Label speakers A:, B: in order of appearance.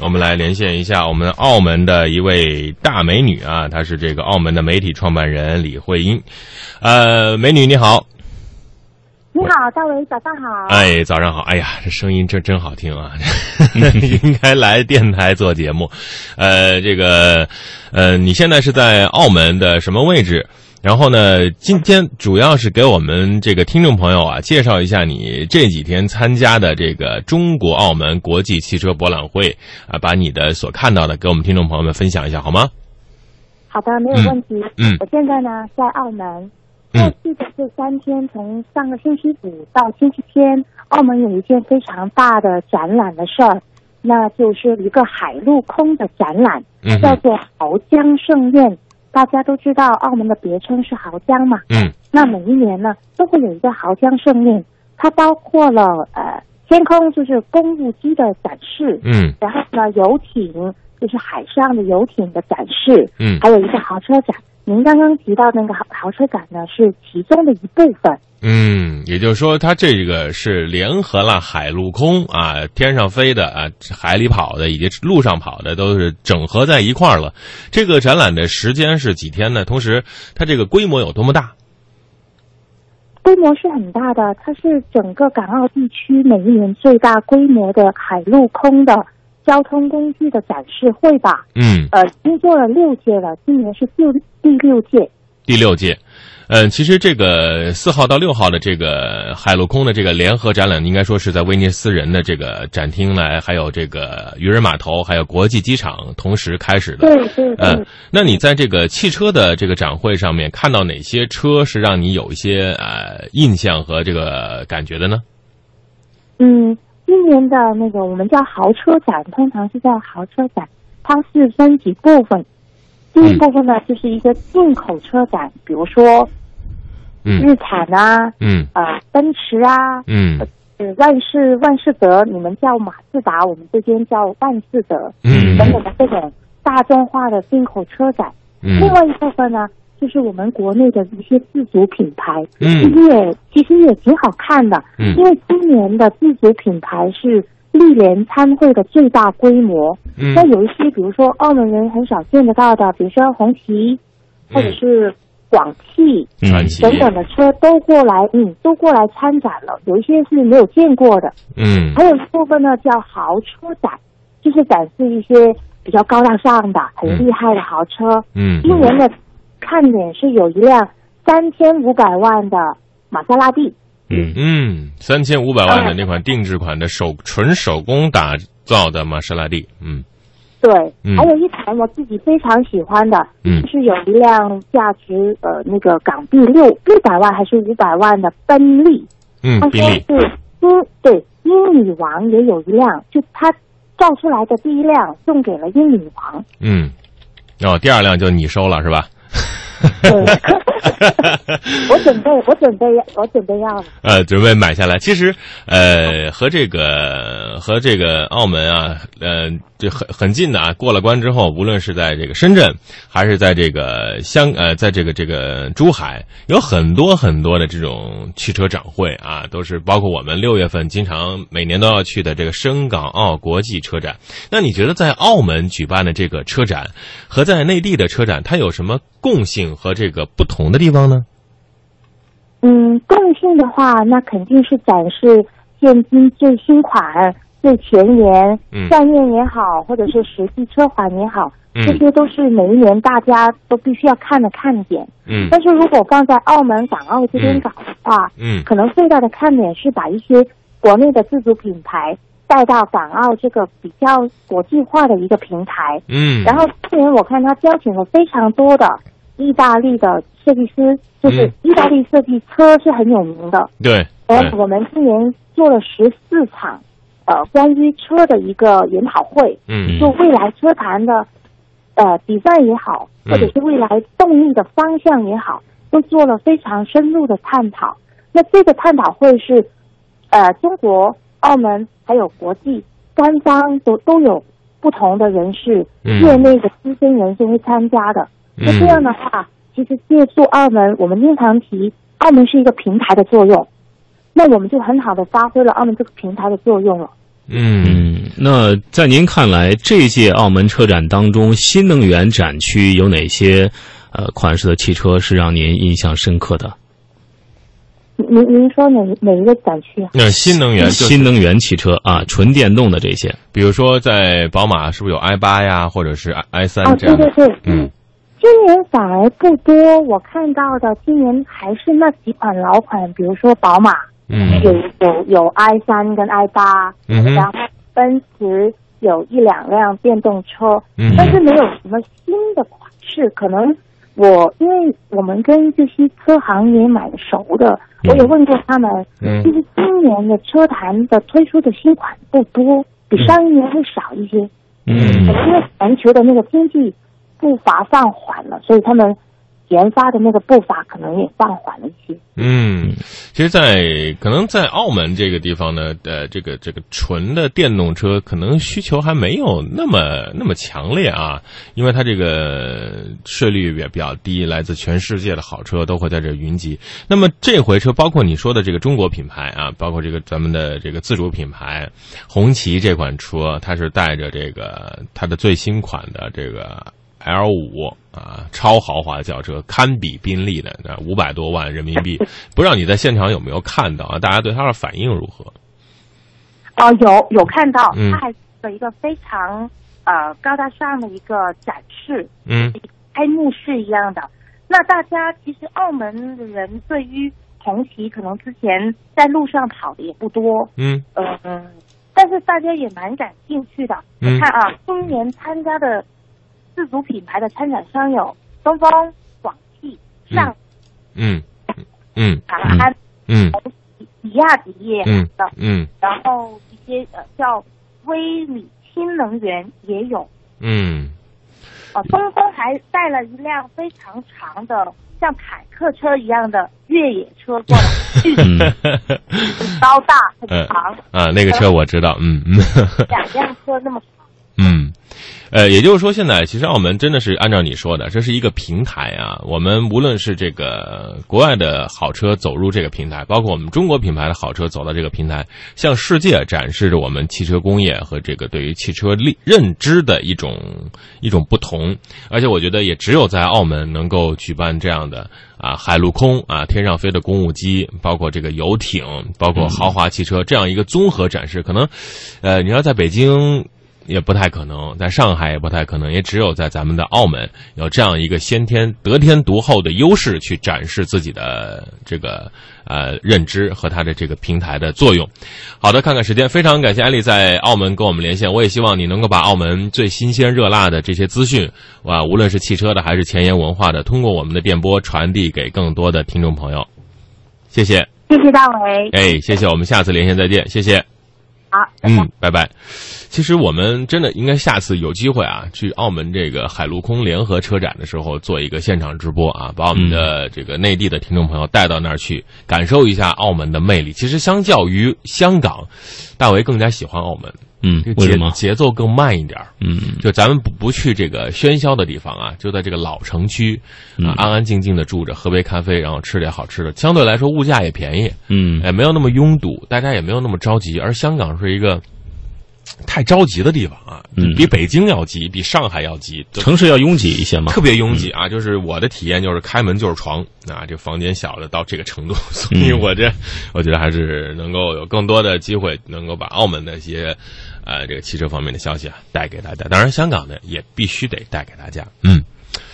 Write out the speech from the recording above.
A: 我们来连线一下我们澳门的一位大美女啊，她是这个澳门的媒体创办人李慧英。呃，美女你好，
B: 你好，大伟，早上好。
A: 哎，早上好！哎呀，这声音真真好听啊！ 你应该来电台做节目。呃，这个，呃，你现在是在澳门的什么位置？然后呢，今天主要是给我们这个听众朋友啊，介绍一下你这几天参加的这个中国澳门国际汽车博览会啊，把你的所看到的给我们听众朋友们分享一下好吗？
B: 好的，没有问题。
A: 嗯嗯
B: 我现在呢在澳门，
A: 嗯
B: 过去的这三天，从上个星期五到星期天，澳门有一件非常大的展览的事儿，那就是一个海陆空的展览，
A: 嗯
B: 叫
A: 哼
B: 做濠江盛宴。大家都知道澳门的别称是濠江嘛，
A: 嗯
B: 那每一年呢都会有一个濠江盛宴，它包括了呃天空就是公务机的展示，
A: 嗯
B: 然后呢，游艇就是海上的游艇的展示，
A: 嗯
B: 还有一个豪车展。您刚刚提到那个豪豪车展呢，是其中的一部分。
A: 嗯，也就是说，它这个是联合了海陆空啊，天上飞的啊，海里跑的以及路上跑的都是整合在一块儿了。这个展览的时间是几天呢？同时，它这个规模有多么大？
B: 规模是很大的，它是整个港澳地区每一年最大规模的海陆空的交通工具的展示会吧。
A: 嗯，
B: 呃，已经做了六届了，今年是第第六届。
A: 第六届。嗯，其实这个四号到六号的这个海陆空的这个联合展览，应该说是在威尼斯人的这个展厅来，还有这个渔人码头，还有国际机场同时开始的。
B: 对对 对。
A: 嗯，那你在这个汽车的这个展会上面看到哪些车是让你有一些呃印象和这个感觉的呢？
B: 嗯，今年的那个我们叫豪车展，通常是叫豪车展，它是分几部分。第一部分呢，就是一个进口车展，比如说
A: 嗯
B: 日产啊、
A: 嗯
B: 呃奔驰啊、
A: 嗯
B: 呃万事万事德，你们叫马自达，我们这边叫万事德
A: 嗯
B: 等等的这种大众化的进口车展。
A: 嗯
B: 另外一部分呢，就是我们国内的一些自主品牌，
A: 嗯
B: 其实也其实也挺好看的，
A: 嗯
B: 因为今年的自主品牌是历年参会的最大规模。
A: 嗯
B: 那有一些，比如说澳门人很少见得到的，比如说红旗，或
A: 嗯
B: 者是广汽
A: 传奇
B: 等等的车都过来，嗯，都过来参展了。有一些是没有见过的，
A: 嗯
B: 还有一部分呢叫豪车展，就是展示一些比较高大上的、很厉害的豪车。
A: 嗯
B: 今年的看点是有一辆三千五百万的玛莎拉蒂，
C: 嗯，
A: 嗯，三千五百万的那款定制款的手纯手工打造的玛莎拉蒂，嗯
B: 对，
A: 嗯
B: 还有一台我自己非常喜欢的，
A: 嗯
B: 就是有一辆价值呃那个港币六六百万还是五百万的宾利，
A: 嗯
B: 他，
A: 宾
B: 说
A: 利，
B: 是英对英女王也有一辆，就他造出来的第一辆送给了英女王，
A: 嗯，哦，第二辆就你收了是吧？
B: 对，我准备我准备我准备要了，
A: 呃，准备买下来。其实，呃，和这个和这个澳门啊，呃，这很很近的啊。过了关之后，无论是在这个深圳，还是在这个香，呃，在这个这个珠海，有很多很多的这种汽车展会啊，都是包括我们六月份经常每年都要去的这个深港澳国际车展。那你觉得在澳门举办的这个车展和在内地的车展，它有什么共性和这个不同的地方呢？
B: 嗯，共性的话，那肯定是展示现今最新款、最前沿
A: 嗯，
B: 概念也好，或者是实际车款也好，
A: 嗯
B: 这些都是每一年大家都必须要看的看点。
A: 嗯
B: 但是如果放在澳门、港澳这边
A: 嗯
B: 搞的话，
A: 嗯
B: 可能最大的看点是把一些国内的自主品牌带到港澳这个比较国际化的一个平台。
A: 嗯，
B: 然后今年我看他邀请了非常多的意大利的设计师，就是
A: 嗯
B: 意大利设计车是很有名的。
A: 对。
B: 然
A: 对
B: 后我们今年做了十四场，呃，关于车的一个研讨会，
A: 嗯
B: 就未来车坛的呃比赛也好，
A: 嗯
B: 或者是未来动力的方向也好，都做了非常深入的探讨。那这个探讨会是，呃，中国、澳门还有国际三方都都有不同的人士，
A: 嗯
B: 业内的资深人士会参加的。那这样的话，其实借助澳门，我们经常提澳门是一个平台的作用，那我们就很好的发挥了澳门这个平台的作用了。
A: 嗯，嗯
C: 那在您看来，这届澳门车展当中，新能源展区有哪些呃款式的汽车是让您印象深刻的？
B: 您您说哪哪一个展区啊？
A: 那新能源就是
C: 新能源汽车啊，纯电动的这 些。
A: 比如说在宝马是不是有 i 八呀，或者是 i 三
B: 啊，
A: 这
B: 对
A: 样
B: 对
A: 的？
B: 对，
A: 嗯，
B: 今年反而不多，我看到的今年还是那几款老款，比如说宝马
A: 嗯
B: 有有有 i 三跟 i 八，
A: 嗯
B: 然
A: 哼
B: 后奔驰有一两辆电动车，
A: 嗯
B: 但是没有什么新的款式。可能我因为我们跟这些车行也蛮熟的，
A: 嗯
B: 我也问过他们，
A: 嗯
B: 其实今年的车坛的推出的新款不多，比上一年会少一些。
A: 嗯
B: 可能因为全球的那个经济步伐放缓了，所以他们研发的那个步伐可能也放缓了一些。
A: 嗯，其实在，可能在澳门这个地方呢，呃，这个这个纯的电动车可能需求还没有那么那么强烈啊，因为它这个税率也比较低，来自全世界的好车都会在这云集。那么这回车，包括你说的这个中国品牌啊，包括这个咱们的这个自主品牌红旗这款车，它是带着这个它的最新款的这个 L 五啊，超豪华轿车，堪比宾利的，那五百多万人民币。不知道你在现场有没有看到啊？大家对它的反应如何？
B: 哦、有有看到，
A: 嗯
B: 它还有一个非常呃高大上的一个展示，
A: 嗯
B: 开幕式一样的。那大家其实澳门的人对于红旗可能之前在路上跑的也不多，
A: 嗯
B: 呃嗯，但是大家也蛮感兴趣的。
A: 嗯
B: 你看啊，今年参加的自主品牌的参展商有东风、广汽、上
A: 嗯嗯
B: 海、安、
A: 嗯
B: 比亚迪，
A: 嗯嗯
B: 然后一些呃叫威米新能源也有。
A: 嗯
B: 哦，东风还带了一辆非常长的像坦克车一样的越野车过 来，巨
C: 嗯，
B: 很高大，很长，
A: 啊，那个车我知道，嗯嗯。
B: 两辆车那么长。
A: 嗯，呃，也就是说，现在其实澳门真的是按照你说的，这是一个平台啊。我们无论是这个国外的好车走入这个平台，包括我们中国品牌的好车走到这个平台，向世界展示着我们汽车工业和这个对于汽车力认知的一种一种不同。而且我觉得，也只有在澳门能够举办这样的啊海陆空啊天上飞的公务机，包括这个游艇，包括豪华汽车这样一个综合展示，可能，呃，你要在北京。也不太可能，在上海也不太可能，也只有在咱们的澳门有这样一个先天得天独厚的优势，去展示自己的这个呃认知和它的这个平台的作用。好的，看看时间，非常感谢艾丽在澳门跟我们连线，我也希望你能够把澳门最新鲜热辣的这些资讯，啊，无论是汽车的还是前沿文化的，通过我们的电波传递给更多的听众朋友。谢谢，
B: 谢谢大伟，
A: 哎，谢谢，我们下次连线再见，谢谢。
B: 好，拜拜
A: 嗯，拜拜。其实我们真的应该下次有机会啊，去澳门这个海陆空联合车展的时候做一个现场直播啊，把我们
C: 嗯
A: 的这个内地的听众朋友带到那儿去，感受一下澳门的魅力。其实相较于香港，大为更加喜欢澳门，
C: 嗯
A: 这，个
C: 为
A: 节
C: 什么？
A: 节奏更慢一点儿。
C: 嗯，
A: 就咱们不不去这个喧嚣的地方啊，就在这个老城区，啊
C: 嗯，
A: 安安静静的住着，喝杯咖啡，然后吃点好吃的，相对来说物价也便宜。
C: 嗯，
A: 哎，没有那么拥堵，大家也没有那么着急。而香港是一个太着急的地方啊，
C: 嗯
A: 比北京要急，比上海要急，都
C: 城市要拥挤一些嘛。
A: 特别拥挤啊。就是我的体验就是开门就是床啊，这房间小的到这个程度， 所以
C: 嗯
A: 我这我觉得还是能够有更多的机会，能够把澳门的一些呃这个汽车方面的消息啊带给大家。当然，香港的也必须得带给大家。嗯，